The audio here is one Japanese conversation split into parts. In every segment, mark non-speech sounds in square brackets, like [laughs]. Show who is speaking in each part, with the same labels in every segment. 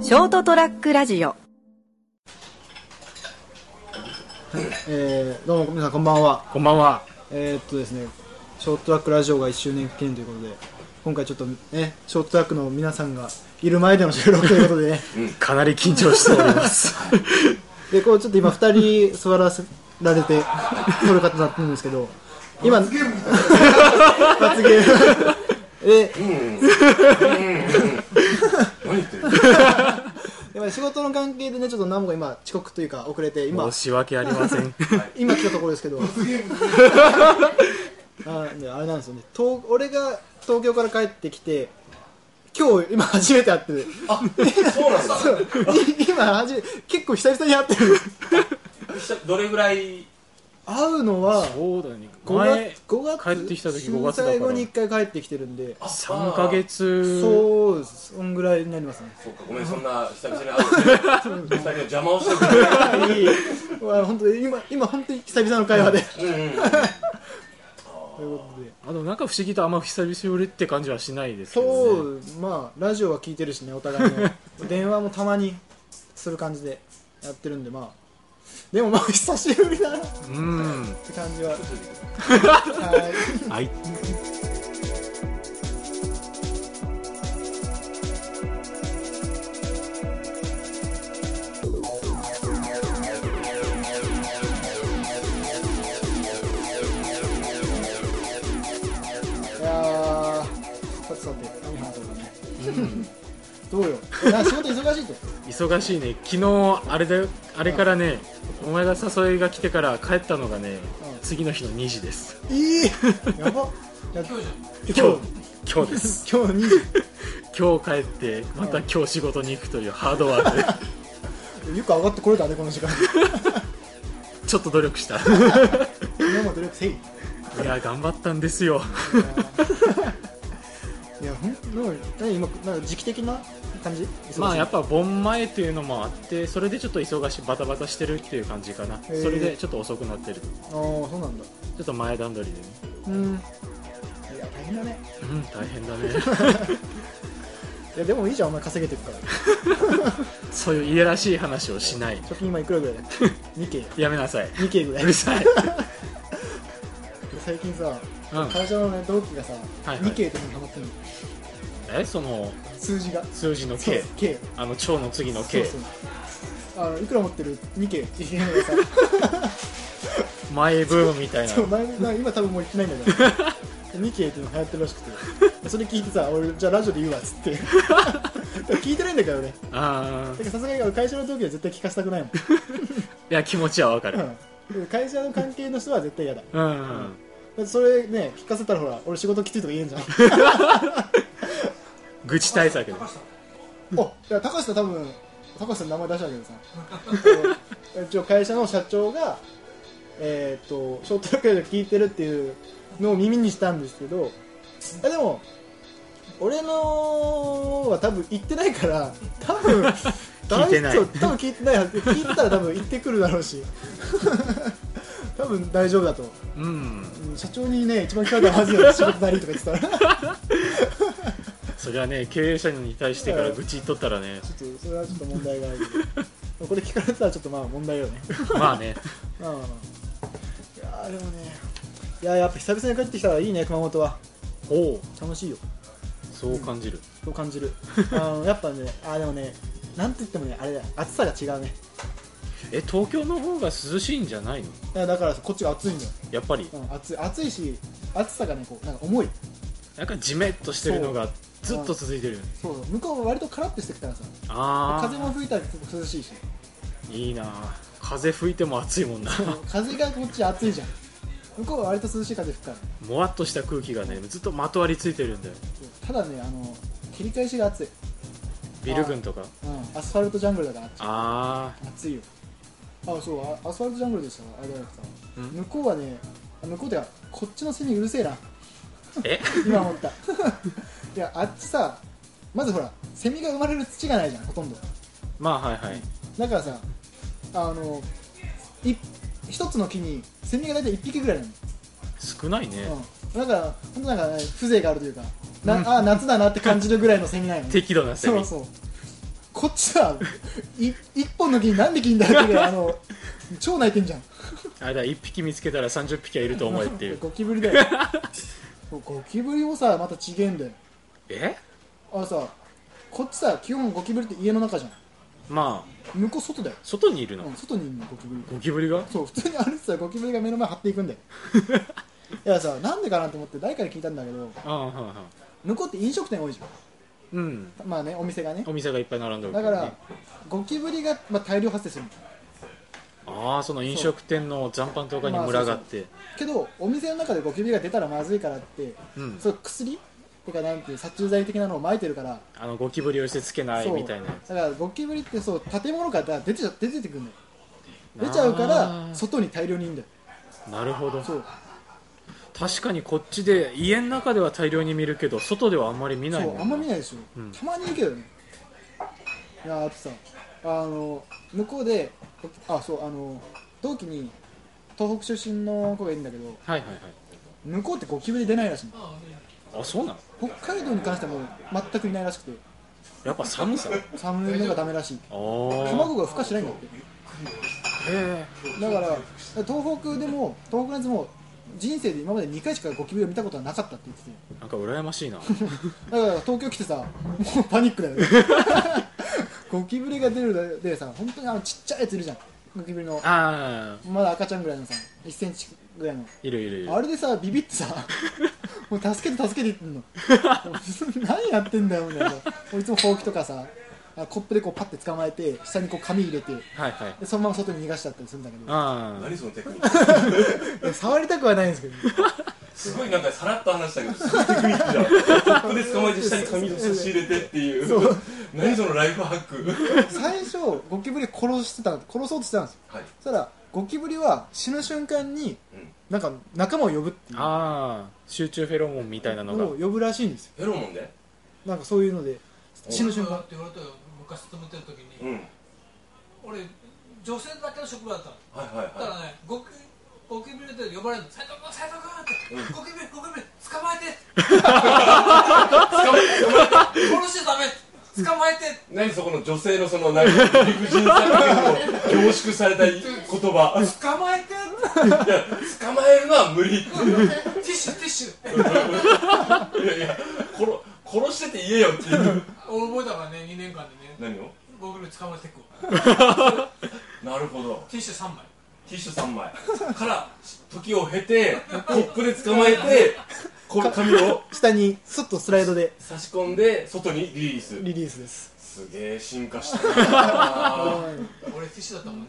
Speaker 1: ショートトラックラジオ
Speaker 2: えー、どうも皆さんこんばんは
Speaker 3: こんばんは。
Speaker 2: えー、っとですねショートトラックラジオが1周年記念ということで今回ちょっとねショートトラックの皆さんがいる前での収録ということでね
Speaker 3: かなり緊張しております。
Speaker 2: でこうちょっと今2人座らせられて撮る方になってるんですけど今罰ゲーム罰ゲームで
Speaker 4: 何言ってる
Speaker 2: やっぱり仕事の関係でねちょっとナムが今遅刻というか遅れて今
Speaker 3: 申し訳あり [laughs] ません。
Speaker 2: 今来たところですけどあであれなんですよね東俺が東京から帰ってきて今日今初めて会ってる
Speaker 4: そうなんだ
Speaker 2: そうい今初め結構久々に会ってる
Speaker 4: どれぐらい
Speaker 2: 会うのは
Speaker 3: そうだよね。
Speaker 2: 5
Speaker 3: 前、
Speaker 2: 月5月
Speaker 3: 帰ってきた時5月だから
Speaker 2: 震災後に1回帰ってきてるんで
Speaker 3: 3ヶ月。
Speaker 2: そうそんぐらいになります
Speaker 3: [laughs]
Speaker 2: ね
Speaker 4: そうかごめんそんな久々に会うのね最後邪魔をしてくれる
Speaker 2: うわ本当に今今本当に久々の会話で
Speaker 4: うんうん
Speaker 2: ということで
Speaker 3: あの、なんか不思議とあんま久々ぶりって感じはしないですけど、ね。
Speaker 2: そう、まあラジオは聞いてるしねお互いの [laughs] 電話もたまにする感じでやってるんでまあでもまあ [laughs] 久しぶりだなっ
Speaker 3: う。うん。
Speaker 2: て感じははい
Speaker 3: はい。
Speaker 2: いやーさてさて何話そうかね、どうよえな仕事忙しいと
Speaker 3: 忙しいね。昨日、あれだよ。あれからね、お前が誘いが来てから帰ったのがね、
Speaker 2: うん
Speaker 3: 次の日の2時です。
Speaker 2: いいやばや今日
Speaker 3: 今日。今日です
Speaker 2: 今日2時
Speaker 3: 今日帰ってまた今日仕事に行くというハードワークで
Speaker 2: よく上がってこれたねこの時間
Speaker 3: [laughs] ちょっと努力したい
Speaker 2: 今も努力せ [laughs] いい
Speaker 3: や頑張ったんですよ
Speaker 2: やーいやほんなんか何今なんか時期的な感じ
Speaker 3: まあやっ
Speaker 2: ぱ
Speaker 3: ぱ盆前っていうのもあってそれでちょっと忙しいバタバタしてるっていう感じかなそ
Speaker 2: ー
Speaker 3: れでちょっと遅くなってるち
Speaker 2: ああそうなんだ
Speaker 3: ょっと前段取り
Speaker 2: う
Speaker 3: でね
Speaker 2: んいや大変だね
Speaker 3: うん大変だね [laughs]
Speaker 2: いやでもいいじゃんお前稼げてるから
Speaker 3: そういういやらしい話をしない
Speaker 2: 貯金今いくらぐら
Speaker 3: [laughs]
Speaker 2: いだ 2K
Speaker 3: やめなさい
Speaker 2: 2K ぐら
Speaker 3: う
Speaker 2: い
Speaker 3: るさい、
Speaker 2: 最近さ
Speaker 3: うん、
Speaker 2: 会社のね同期がさ、
Speaker 3: はい
Speaker 2: 2K っていうのにハマってるの
Speaker 3: えその
Speaker 2: 数字が
Speaker 3: 数字の
Speaker 2: そう
Speaker 3: K
Speaker 2: 計
Speaker 3: あの蝶の次の
Speaker 2: そう
Speaker 3: K
Speaker 2: そうあのいくら持ってる 2K っていうのがさ
Speaker 3: [laughs] 前ブームみたいな
Speaker 2: そう前な今多分もう言ってないんだけど
Speaker 3: [laughs]
Speaker 2: 2K っていうの流行ってるらしくてそれ聞いてさ俺じゃあラジオで言うわっつ
Speaker 3: [laughs]
Speaker 2: ってでも聞いてないんだけどね
Speaker 3: あ
Speaker 2: だか
Speaker 3: あ
Speaker 2: らさすがに会社の時は絶対聞かせたくないもん、
Speaker 3: いや気持ちはわかる
Speaker 2: うん、会社の関係の人は絶対嫌だ
Speaker 3: うん、
Speaker 2: だってそれね聞かせたらほら俺仕事きついとか言えんじ
Speaker 3: [laughs]
Speaker 2: ゃん
Speaker 3: 愚痴対策で
Speaker 2: おいや高橋さん多分高橋さんの名前出したけどさ
Speaker 3: [laughs]
Speaker 2: あの一応会社の社長がえーっとショートトラックラジオ聞いてるっていうのを耳にしたんですけどあでも俺のは多分言ってないから多分
Speaker 3: [laughs] 聞いてない
Speaker 2: そう多分聞いてないはず聞いてたら多分言ってくるだろう
Speaker 3: [laughs]
Speaker 2: し多分大丈夫だと
Speaker 3: うん
Speaker 2: うん社長にね一番聞かれたらまずいよね仕事なりとか言ってたらちょっ
Speaker 3: そりゃね経営者に対してから愚痴言っとったらね
Speaker 2: とそれはちょっと問題があるけどこれ聞かれたらちょっとまあ問題よね
Speaker 3: ま
Speaker 2: [laughs]
Speaker 3: あね
Speaker 2: まあまあまあいやーでもねいやーやっぱ久々に帰ってきたらいいね熊本は
Speaker 3: おお
Speaker 2: 楽しいよ
Speaker 3: そう感じる
Speaker 2: そう感じるあのやっぱねあーでもねなんといってもねあれだよ暑さが違うね
Speaker 3: え東京の方が涼しいんじゃないの
Speaker 2: いやだからこっちが暑いんだよ、
Speaker 3: やっぱり
Speaker 2: うん、暑い暑いし暑さがねこうなんか重い
Speaker 3: なんかジメッとしてるのがずっと続いてるよね
Speaker 2: そうそう向こうは割とカラッとしてきたらさ
Speaker 3: ああ
Speaker 2: 風も吹いたら涼しいし
Speaker 3: いいな風吹いても暑いもんな
Speaker 2: 風がこっち暑いじゃん向こうは割と涼しい風吹くから
Speaker 3: もわっとした空気がねずっとまとわりついてるんだよ
Speaker 2: ただねあの切り返しが暑い、
Speaker 3: ビル群とか
Speaker 2: うん、アスファルトジャングルだからあっち
Speaker 3: あ
Speaker 2: 暑いよあそうあアスファルトジャングルでしたあれだよさ
Speaker 3: うん
Speaker 2: 向こうはねあ向こうってかこっちのセミうるせえな
Speaker 3: あ
Speaker 2: [laughs]
Speaker 3: え
Speaker 2: 今思ったいやあっちさまずほらセミが生まれる土がないじゃんほとんど
Speaker 3: まあはいはい
Speaker 2: だからさあのい一つの木にセミが大体1匹ぐらいなの
Speaker 3: 少ないね、
Speaker 2: うん、だから本当なんか、ね、風情があるというかな、あー夏だなって感じるぐらいのセミなんよね
Speaker 3: 適度なセ
Speaker 2: そ
Speaker 3: ミ
Speaker 2: うそうこっちはい一本の木に何匹いんだよっていうあの超泣いてんじゃん
Speaker 3: あれだ1匹見つけたら30匹はいると思えっていう
Speaker 2: ゴキブリだよゴキブリもさまた違えんだよ
Speaker 3: え
Speaker 2: あのさこっちさ基本ゴキブリって家の中じゃん
Speaker 3: まあ
Speaker 2: 向こう外だよ、
Speaker 3: 外にいるの、
Speaker 2: うん、外にいるのゴキブリ
Speaker 3: ゴキブリが
Speaker 2: そう普通に歩いてたらゴキブリが目の前張っていくんだよいやさなんでかなと思って誰かに聞いたんだけど
Speaker 3: ああはいはい
Speaker 2: 向こうって飲食店多いじ
Speaker 3: うん
Speaker 2: ゃんまあねお店がね
Speaker 3: お店がいっぱい並んでる
Speaker 2: だからゴキブリが、まあ、大量発生するの
Speaker 3: ああその飲食店の残飯とかに群がって、
Speaker 2: けどお店の中でゴキブリが出たらまずいからって、
Speaker 3: うん
Speaker 2: そう薬とかなんていう殺虫剤的なのを撒いてるから
Speaker 3: あのゴキブリを寄せつけない
Speaker 2: そう
Speaker 3: みたいなや
Speaker 2: だからゴキブリってそう建物から出てちゃ出ててくんだよ
Speaker 3: つ
Speaker 2: 出ちゃうか
Speaker 3: あ
Speaker 2: ら
Speaker 3: ー
Speaker 2: 外に大量にいるんだよ
Speaker 3: なるほど
Speaker 2: そう
Speaker 3: 確かにこっちで家の中では大量に見るけど外ではあんまり見ない
Speaker 2: そ
Speaker 3: もん
Speaker 2: う
Speaker 3: な
Speaker 2: あんま見ないでしょ、
Speaker 3: うん
Speaker 2: たまにいるけどねいやーあとさあの向こうであそうあの同期に東北出身の子がいるんだけど
Speaker 3: はいはいはい
Speaker 2: 向こうってゴキブリ出ないらしいの
Speaker 3: あそうなの
Speaker 2: 北海道に関してはもう全くいないらしくて
Speaker 3: やっぱ寒さ
Speaker 2: 寒いのがダメらしい
Speaker 3: ああ
Speaker 2: 卵が孵化しないんだって
Speaker 3: へ
Speaker 2: だから東北でも東北のやつも人生で今まで2回しかゴキブリを見たことはなかったって言ってて
Speaker 3: えなんか羨ま
Speaker 2: [laughs]
Speaker 3: しいな
Speaker 2: だから東京来てさもうパニックだよね [laughs] ゴキブリが出るだけでさ本当にあのちっちゃいやついるじゃんゴキブリの
Speaker 3: ああ
Speaker 2: まだ赤ちゃんぐらいのさ1センチぐらいの
Speaker 3: いるいるいる
Speaker 2: あれでさビビってさもう助けて助けてって言ってんの [laughs] 何やってんだよみたいな俺いつもほうきとかさあコップでこうパッて捕まえて下にこう紙入れて
Speaker 3: はいはい
Speaker 2: でそのまま外に逃がしちゃったりするんだけど
Speaker 3: ああ
Speaker 4: 何そのテクニック
Speaker 2: いや触りたくはないんですけど
Speaker 4: すごいなんかさらっと話したけどすごいテクニックじゃんコップで捕まえて下に紙を差し入れてっていう何そのライフハック
Speaker 2: 最初ゴキブリ殺してた殺そうとしてたんですよ
Speaker 4: はい
Speaker 2: そしたらゴキブリは死ぬ瞬間に
Speaker 4: うん
Speaker 2: なんか仲間を呼ぶっていう
Speaker 3: ああ集中フェロモンみたいなのが
Speaker 2: のを呼ぶらしいんですよ
Speaker 4: フェロモンで
Speaker 2: なんかそういうので
Speaker 4: お
Speaker 2: 死ぬ瞬間
Speaker 1: って言われたよ昔勤めてる時に、
Speaker 4: うん
Speaker 1: 俺女性だけの職場だったの
Speaker 4: はい
Speaker 1: だか
Speaker 4: は
Speaker 1: らねゴキゴキブリで呼ばれるの斉藤君斉藤君ってゴキブリゴキブリ捕まえて
Speaker 4: いはい捕まえ捕まえ
Speaker 1: 殺しちゃダメ捕まえて
Speaker 4: 何そこの女性のそのなんか理不尽さっていうのを凝縮された言葉
Speaker 1: 捕まえて
Speaker 4: 捕まえるのは無理
Speaker 1: ティッシュティッシュ
Speaker 4: いやいや殺殺してて言えよっていう
Speaker 1: 俺覚えたからね2年間でね
Speaker 4: 何を
Speaker 1: ゴキブリ捕まえてく
Speaker 4: なるほど
Speaker 1: ティッシュ3枚
Speaker 4: ティッシュ3枚から時を経てコップで捕まえてこ髪を
Speaker 2: 下にスッとスライドで
Speaker 4: 差し込んで外にリリース
Speaker 2: リリースです
Speaker 4: すげえ進化したな
Speaker 1: 俺ティッシュだったもんね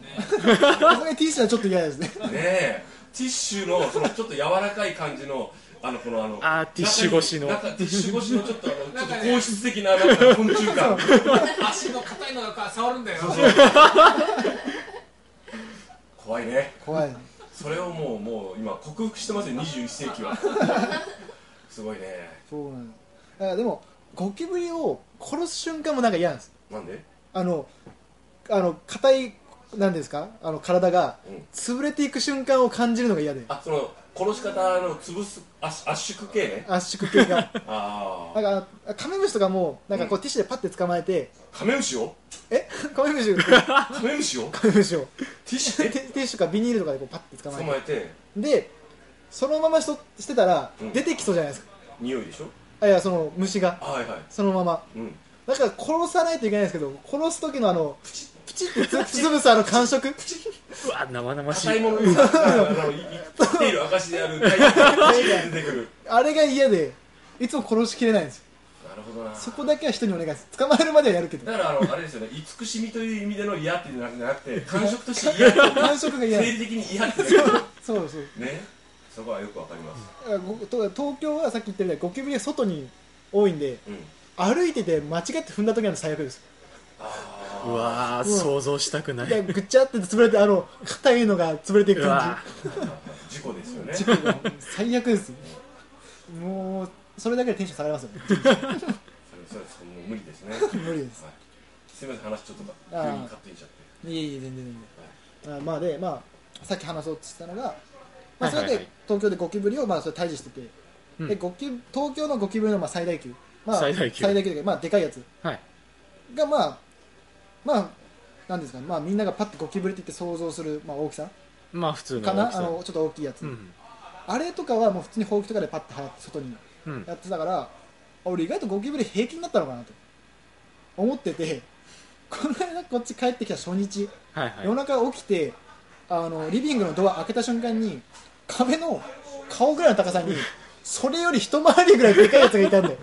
Speaker 2: さすがに T シャツはちょっと嫌です
Speaker 4: [laughs]
Speaker 2: ね
Speaker 4: ねえティッシュのそのちょっと柔らかい感じのあのこのあの
Speaker 3: あーティッシュ越しの
Speaker 4: 中に中ティッシュ越しのちょっとあの
Speaker 1: なん
Speaker 4: ちょ
Speaker 1: か
Speaker 4: っ
Speaker 1: ね
Speaker 4: と硬質的ななんか昆虫感
Speaker 1: 足の硬いのが触るんだよ
Speaker 4: 怖いね
Speaker 2: 怖い
Speaker 4: それをもうもう今克服してますよ21世紀はすごいね
Speaker 2: そうなんだだからでもゴキブリを殺す瞬間もなんか嫌なんです
Speaker 4: なんで
Speaker 2: あのあの硬いなんですかあの体が
Speaker 4: うん
Speaker 2: 潰れていく瞬間を感じるのが嫌で
Speaker 4: あその殺し方の潰す圧圧縮系ね
Speaker 2: 圧縮系が
Speaker 4: あ
Speaker 2: な
Speaker 4: あ
Speaker 2: んかあのカメムシとかもなんかこうティッシュでパッて捕まえて、
Speaker 4: カメムシを
Speaker 2: えカメムシ
Speaker 4: カメムシを
Speaker 2: カメムシを
Speaker 4: ティッシ
Speaker 2: テ
Speaker 4: ュ
Speaker 2: ィ
Speaker 4: で
Speaker 2: ティッシュかビニールとかでこうパッて捕ま
Speaker 4: 捕
Speaker 2: えて
Speaker 4: まえて
Speaker 2: でそのまましとしてたら
Speaker 4: うん
Speaker 2: 出てきそうじゃないですか、
Speaker 4: 匂いでしょ
Speaker 2: あいやその虫が
Speaker 4: はいはい
Speaker 2: そのまま
Speaker 4: うん
Speaker 2: だから殺さないといけないんですけど殺す時のあのプチプチってつ潰すあの感触
Speaker 3: うわ生々し
Speaker 4: 硬い
Speaker 3: い
Speaker 4: ものにさあのい生きている証である大事に出てくる
Speaker 2: あれが嫌でいつも殺しきれないんですよ
Speaker 4: なるほどな
Speaker 2: そこだけは人にお願いです捕まえるまではやるけど
Speaker 4: だからあのあれですよね慈しみという意味での嫌っていうのじゃなくて感触として嫌っていう
Speaker 2: 感触が嫌
Speaker 4: 生理的に嫌っていう
Speaker 2: そうそう
Speaker 4: ねそこはよくわかります
Speaker 2: だからごと東京はさっき言ったみたいにゴキブリが外に多いんで
Speaker 4: うん
Speaker 2: 歩いてて間違って踏んだ時の最悪です
Speaker 4: あ
Speaker 3: うわー
Speaker 2: うん
Speaker 3: 想像したくない
Speaker 2: でぐちゃって潰れてあの硬いのが潰れていく
Speaker 3: うわ
Speaker 2: 感
Speaker 4: ー事故ですよね
Speaker 2: じ事故が最悪ですよもうそれだけでテンション下がりますよね
Speaker 4: それそれそれもう無理ですね
Speaker 2: 無理です
Speaker 4: はい、すみません話ちょっとか
Speaker 2: あー
Speaker 4: 急にカットインしちゃって
Speaker 2: いえいえ全然全然あまあでまあさっき話そうって言ってたのが、まあ、それ
Speaker 3: はいはいは
Speaker 2: で
Speaker 3: い
Speaker 2: 東京でゴキブリをまあそれ退治してて、
Speaker 3: うん
Speaker 2: でゴキ東京のゴキブリのまあ最大級、まあ、
Speaker 3: 最大級
Speaker 2: 最大級というかまあでかいやつ
Speaker 3: はい
Speaker 2: がまあまあなんですかね、まあ、みんながパッとゴキブリって言って想像する、まあ、大きさ
Speaker 3: まあ普通の
Speaker 2: か
Speaker 3: 大
Speaker 2: な
Speaker 3: き
Speaker 2: あ
Speaker 3: さ
Speaker 2: のちょっと大きいやつ、
Speaker 3: うん
Speaker 2: あれとかはもう普通にほうきとかでパッと払って外に
Speaker 3: うん
Speaker 2: やってたから、あ俺意外とゴキブリ平均だったのかなと思っててこの間こっち帰ってきた初日、
Speaker 3: はいはい
Speaker 2: 夜中起きてあのリビングのドア開けた瞬間に壁の顔ぐらいの高さにそれより一回りぐらいでかいやつがいたん
Speaker 3: [laughs]
Speaker 2: だよ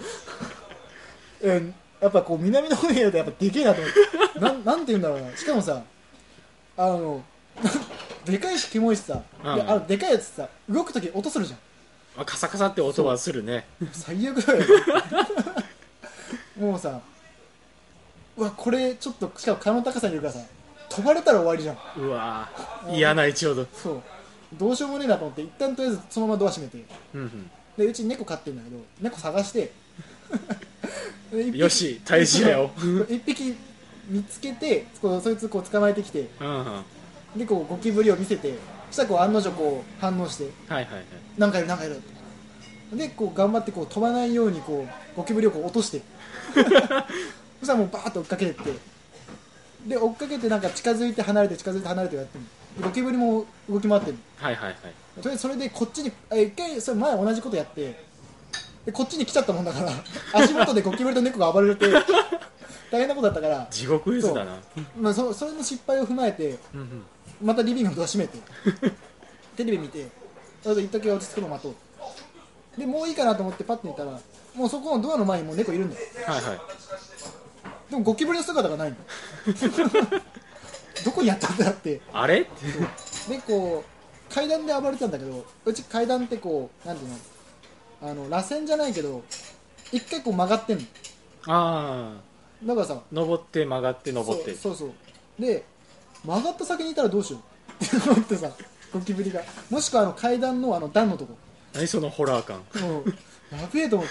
Speaker 2: うんやっぱこう南の方にいるとやっぱでけえなと思ってなんなんて言うんだろうなしかもさあの [laughs] でかいしキモいしさ、
Speaker 3: うん
Speaker 2: であのでかいやつさ動く時音するじゃん
Speaker 3: まあカサカサって音はするね
Speaker 2: 最悪だよもうさうわこれちょっとしかも顔の高さにいるからさ飛ばれたら終わりじゃん
Speaker 3: うわー嫌な一応だ
Speaker 2: そうどうしようもねえなと思って一旦とりあえずそのままドア閉めて
Speaker 3: うんうん
Speaker 2: でうち猫飼ってるんだけど猫探して [laughs] で一匹
Speaker 3: よし退治やよ
Speaker 2: [laughs] 一匹見つけてこうそいつこう捕まえてきて
Speaker 3: うんうんはい
Speaker 2: でこうゴキブリを見せてそしたらこう案の定こう反応して
Speaker 3: はいはい
Speaker 2: なんかいるなんかいるってでこう頑張ってこう飛ばないようにこうゴキブリをこう落として
Speaker 3: [laughs]
Speaker 2: そしたらもうバーッと追っかけてってで追っかけてなんか近づいて離れて近づいて離れてやってるのゴキブリも動き回ってる
Speaker 3: はいはいはい
Speaker 2: のとりあえずそれでこっちにあ一回それ前同じことやってでこっちに来ちゃったもんだから [laughs] 足元でゴキブリと猫が暴れて大変なことだったから、
Speaker 3: 地獄絵図だな
Speaker 2: まあ、そそれの失敗を踏まえて
Speaker 3: うんうん
Speaker 2: またリビングのドア閉めてテレビ見てあと一時落ち着くの待とうでもういいかなと思ってパッと見たらもうそこのドアの前にもう猫いるんだよ
Speaker 3: はいはい
Speaker 2: でもゴキブリの姿がないのどこにやったんだって
Speaker 3: あれって
Speaker 2: でこう階段で暴れてたんだけどうち階段ってこうなんていうのあの螺旋じゃないけど一回こう曲がってんの
Speaker 3: ああ
Speaker 2: だからさ
Speaker 3: 登って曲がって登って
Speaker 2: そうそうそうで曲がった先にいたらどうしよう [laughs] って思ってさゴキブリがもしくはあの階段のあの段のとこ
Speaker 3: 何そのホラー感
Speaker 2: もうやべえと思っ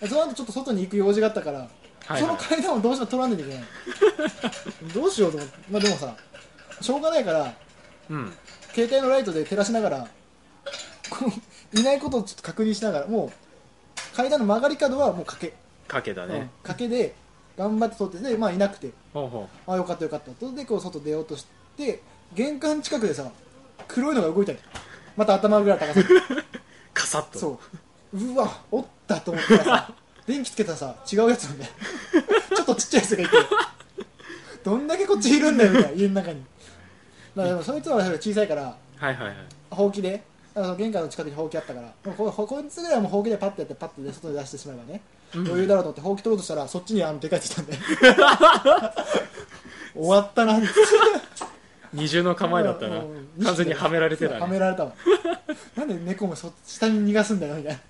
Speaker 2: てその後ちょっと外に行く用事があったから、
Speaker 3: はい
Speaker 2: その階段をどうしても取らんないといけないどうしようと思って、まあ、でもさしょうがないから
Speaker 3: うん
Speaker 2: 携帯のライトで照らしながら [laughs] こういないことをちょっと確認しながらもう階段の曲がり角はもう賭け、
Speaker 3: かけだ
Speaker 2: うん
Speaker 3: ね
Speaker 2: 賭けで頑張って取ってで、まあ、いなくて
Speaker 3: ほうほ
Speaker 2: あよかったよかったとでこう外出ようとして玄関近くでさ黒いのが動いたりまた頭ぐらい高さ
Speaker 3: うカサッと
Speaker 2: そううわおったと思ったらさ電気つけたらさ違うやつなんだよ [laughs] ちょっとちっちゃいやつがいてどんだけこっちいるんだよみたいな家の中にだからでもそいつは小さいから
Speaker 3: はいはいはい
Speaker 2: ほうきであの玄関の近くにほうきあったからもうこここいつぐらいはもうほうきでパッとやってパッとで外に出してしまえばね余裕だろうと思ってほうき取ろうとしたらそっちにあのでかいやつ来たんで終わったなって
Speaker 3: [laughs] 二重の構えだったな
Speaker 2: うん
Speaker 3: 完全にはめられてた
Speaker 2: は
Speaker 3: ね
Speaker 2: められたわなんで猫もそ下に逃がすんだよみたいない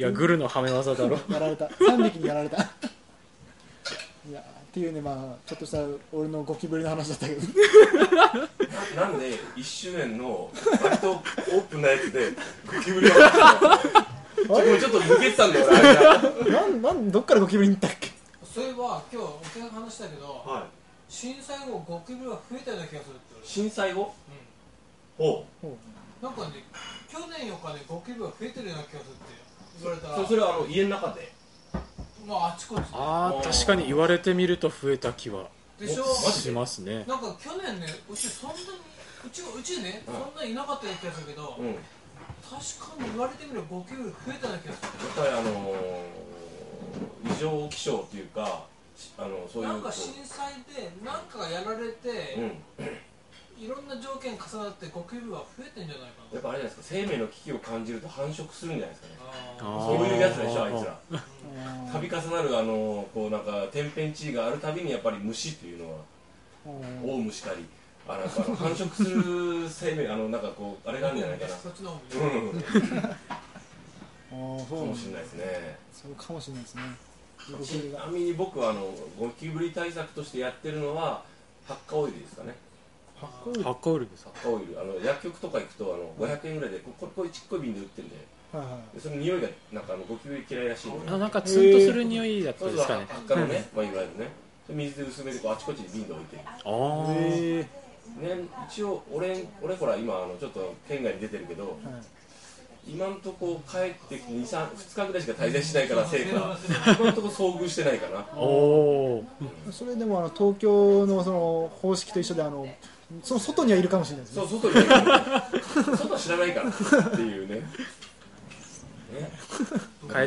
Speaker 3: やグルのはめ技だろ
Speaker 2: やられた3匹にやられたいやーっていうねまあちょっとした俺のゴキブリの話だったけど
Speaker 4: なんで1周年の割とオープンなやつでゴキブリをあれちょっと抜けてたんだよ俺間
Speaker 2: なんなんどっからゴキブリに行ったっけ
Speaker 1: そういえば今日お客さん話したけど
Speaker 4: はい
Speaker 1: 震災後ゴキブリが増えたような気がするって言われて
Speaker 4: 震災後お
Speaker 1: うん、なんかね去年よかねゴキブリが増えてるような気がするって言われたら
Speaker 4: それはあの家の中で
Speaker 1: まああちこち
Speaker 3: [laughs] あー確かに言われてみると増えた気は
Speaker 1: でしょ
Speaker 4: おマジ
Speaker 3: しますね
Speaker 1: なんか去年ねうちそんなにうちうちね、
Speaker 4: うん
Speaker 1: そんなにいなかったような気がするけど、
Speaker 4: うん
Speaker 1: 確かに言われてみればゴキブリ増えたような気がする
Speaker 4: やっぱりあのー異常気象というかしあのそういう
Speaker 1: なんか
Speaker 4: こ
Speaker 1: 震災で何かがやられ
Speaker 4: ううん
Speaker 1: て、いろんな条件重なってゴキブリは増えてんじゃないか
Speaker 4: やっぱあれじゃないですか生命の危機を感じると繁殖するんじゃないですかね
Speaker 1: な
Speaker 3: あー
Speaker 4: そういうやつでしょあいつら
Speaker 2: あー
Speaker 4: 度重なるあのーこうなんか天変地異があるたびにやっぱり虫っていうのは
Speaker 2: あー
Speaker 4: オウムしかりあなんかあの繁殖する生命あのなんかこうあれがあるんじゃないかな
Speaker 1: そっちの方もね
Speaker 4: うん
Speaker 2: あーそう
Speaker 4: か
Speaker 2: な
Speaker 4: も
Speaker 2: ん
Speaker 4: しれ
Speaker 2: だ
Speaker 4: ないですね
Speaker 2: そうかもしれないですねゴ
Speaker 4: ち
Speaker 2: キブリ
Speaker 4: な
Speaker 2: が
Speaker 4: みに僕はあのゴキブリ対策としてやってるのは発火オイルですかね
Speaker 3: 発酵ウルです
Speaker 4: 発火オイルあの薬局とか行くとあの500円ぐらいでこここういうちっこい瓶で売ってるんで
Speaker 2: はいは
Speaker 4: でその匂いがなんかあのゴキブリ嫌いらしいんで
Speaker 3: あなんかツンとする匂いだった
Speaker 4: そう
Speaker 3: で
Speaker 4: そう
Speaker 3: すかね
Speaker 4: 発火のね、まあ、いわゆるねそれ水で薄めてこうあちこちに瓶で置いてる
Speaker 3: ああ
Speaker 2: いへえ
Speaker 4: ね一応俺俺ほら今あのちょっと県外に出てるけど
Speaker 2: はい
Speaker 4: 今んとこ帰ってきて2三二日ぐらいしか滞在しないから成果今んとこ遭遇してないかな
Speaker 3: おお
Speaker 2: それでもあの東京のその方式と一緒であのその外にはいるかもしれないです
Speaker 4: そ
Speaker 2: ね
Speaker 4: う外にいるから外は知らないからっていうねね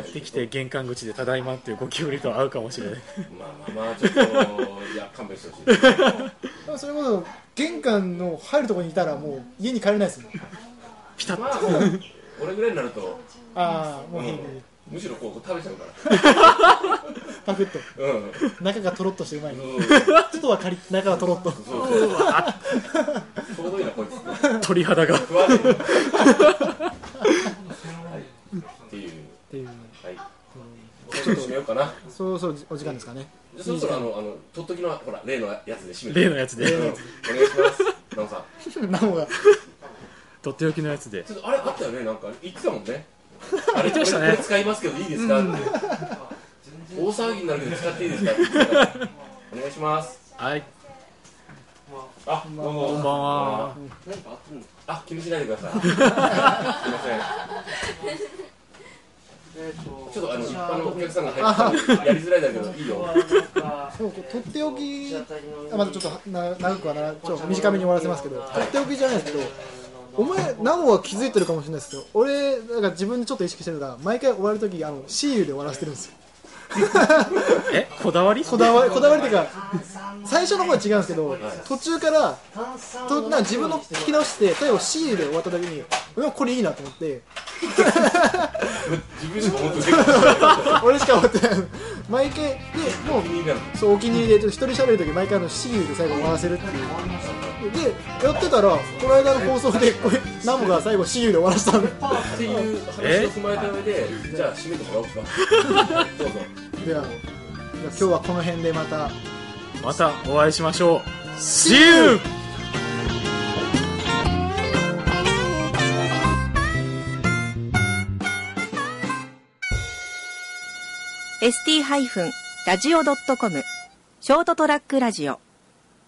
Speaker 3: 帰ってきて玄関口で「ただいま」っていうゴキブリと会うかもしれない
Speaker 4: まあまあまあちょっといや勘弁してほしい
Speaker 2: それこそ玄関の入るところにいたらもう家に帰れないですもん
Speaker 3: ピタッ
Speaker 4: まあもう俺ぐらいになると、
Speaker 2: ああも
Speaker 4: う
Speaker 2: うん変に
Speaker 4: むしろこう食べちゃうから
Speaker 2: パクッと
Speaker 4: うん
Speaker 2: 中がとろっとしてう [laughs] まい
Speaker 4: そうそうそう
Speaker 2: 外はカリッ中はとろっと
Speaker 4: ちょうどいいなこいつ
Speaker 3: [laughs] 鳥肌が
Speaker 4: 食わねえっていう
Speaker 2: っていう
Speaker 4: はいちょっと締めようかな
Speaker 2: そろそろお時間です [laughs] かね
Speaker 4: じゃあそろそろあのあの取っときのほら例のやつで締めて
Speaker 3: 例のやつ
Speaker 4: うんお願
Speaker 3: で
Speaker 4: いし
Speaker 3: [laughs]
Speaker 4: ますナオさん
Speaker 2: なおが
Speaker 3: とっておきのやつで
Speaker 4: ちょっとあれあったよねなんか言ってたもんねあ
Speaker 3: 言
Speaker 4: れ
Speaker 3: ってましたね
Speaker 4: これ使いますけどいいですかって大騒ぎになるけど使っていいですかって言ってたからお願いします
Speaker 3: はい
Speaker 4: あどうも
Speaker 2: こん
Speaker 3: ばんは
Speaker 4: なんかあったのあ気にしないでくださいすいませんちょっとあの一般のお客さんが入ってたんでやりづらいだけどいいよ。
Speaker 2: そうとっておきあまだちょっとな長くはならちょっと短めに終わらせますけどとっておきじゃないですけどお前なおは気づいてるかもしれないですけど俺なんか自分でちょっと意識してるのが毎回終わるときあのシールで終わらせてるん [laughs] ですよ
Speaker 3: えこだわり
Speaker 2: こだわりこだわりっていうか最初の方は違うんですけど途中からとなんか自分の聞き直して例えばシールで終わった時に俺もこれいいなと思って
Speaker 4: 自分しか本当に結構
Speaker 2: 俺しか終わってない毎回でもう
Speaker 4: 気に入
Speaker 3: [laughs]
Speaker 4: りなの。
Speaker 2: そうお気に入りでちょっと一人喋る時毎回あのシールで最後終わらせるっていうでやってたらこの間の放送でこれナムが最後シールで終わらせたんで
Speaker 4: っていう話を踏まえた上で、じゃあ締めてもらおうか。どうぞ。
Speaker 2: では今日はこの辺でまた
Speaker 3: またお会いしましょう See you!
Speaker 5: ST-radio.com ショートトラックラジオ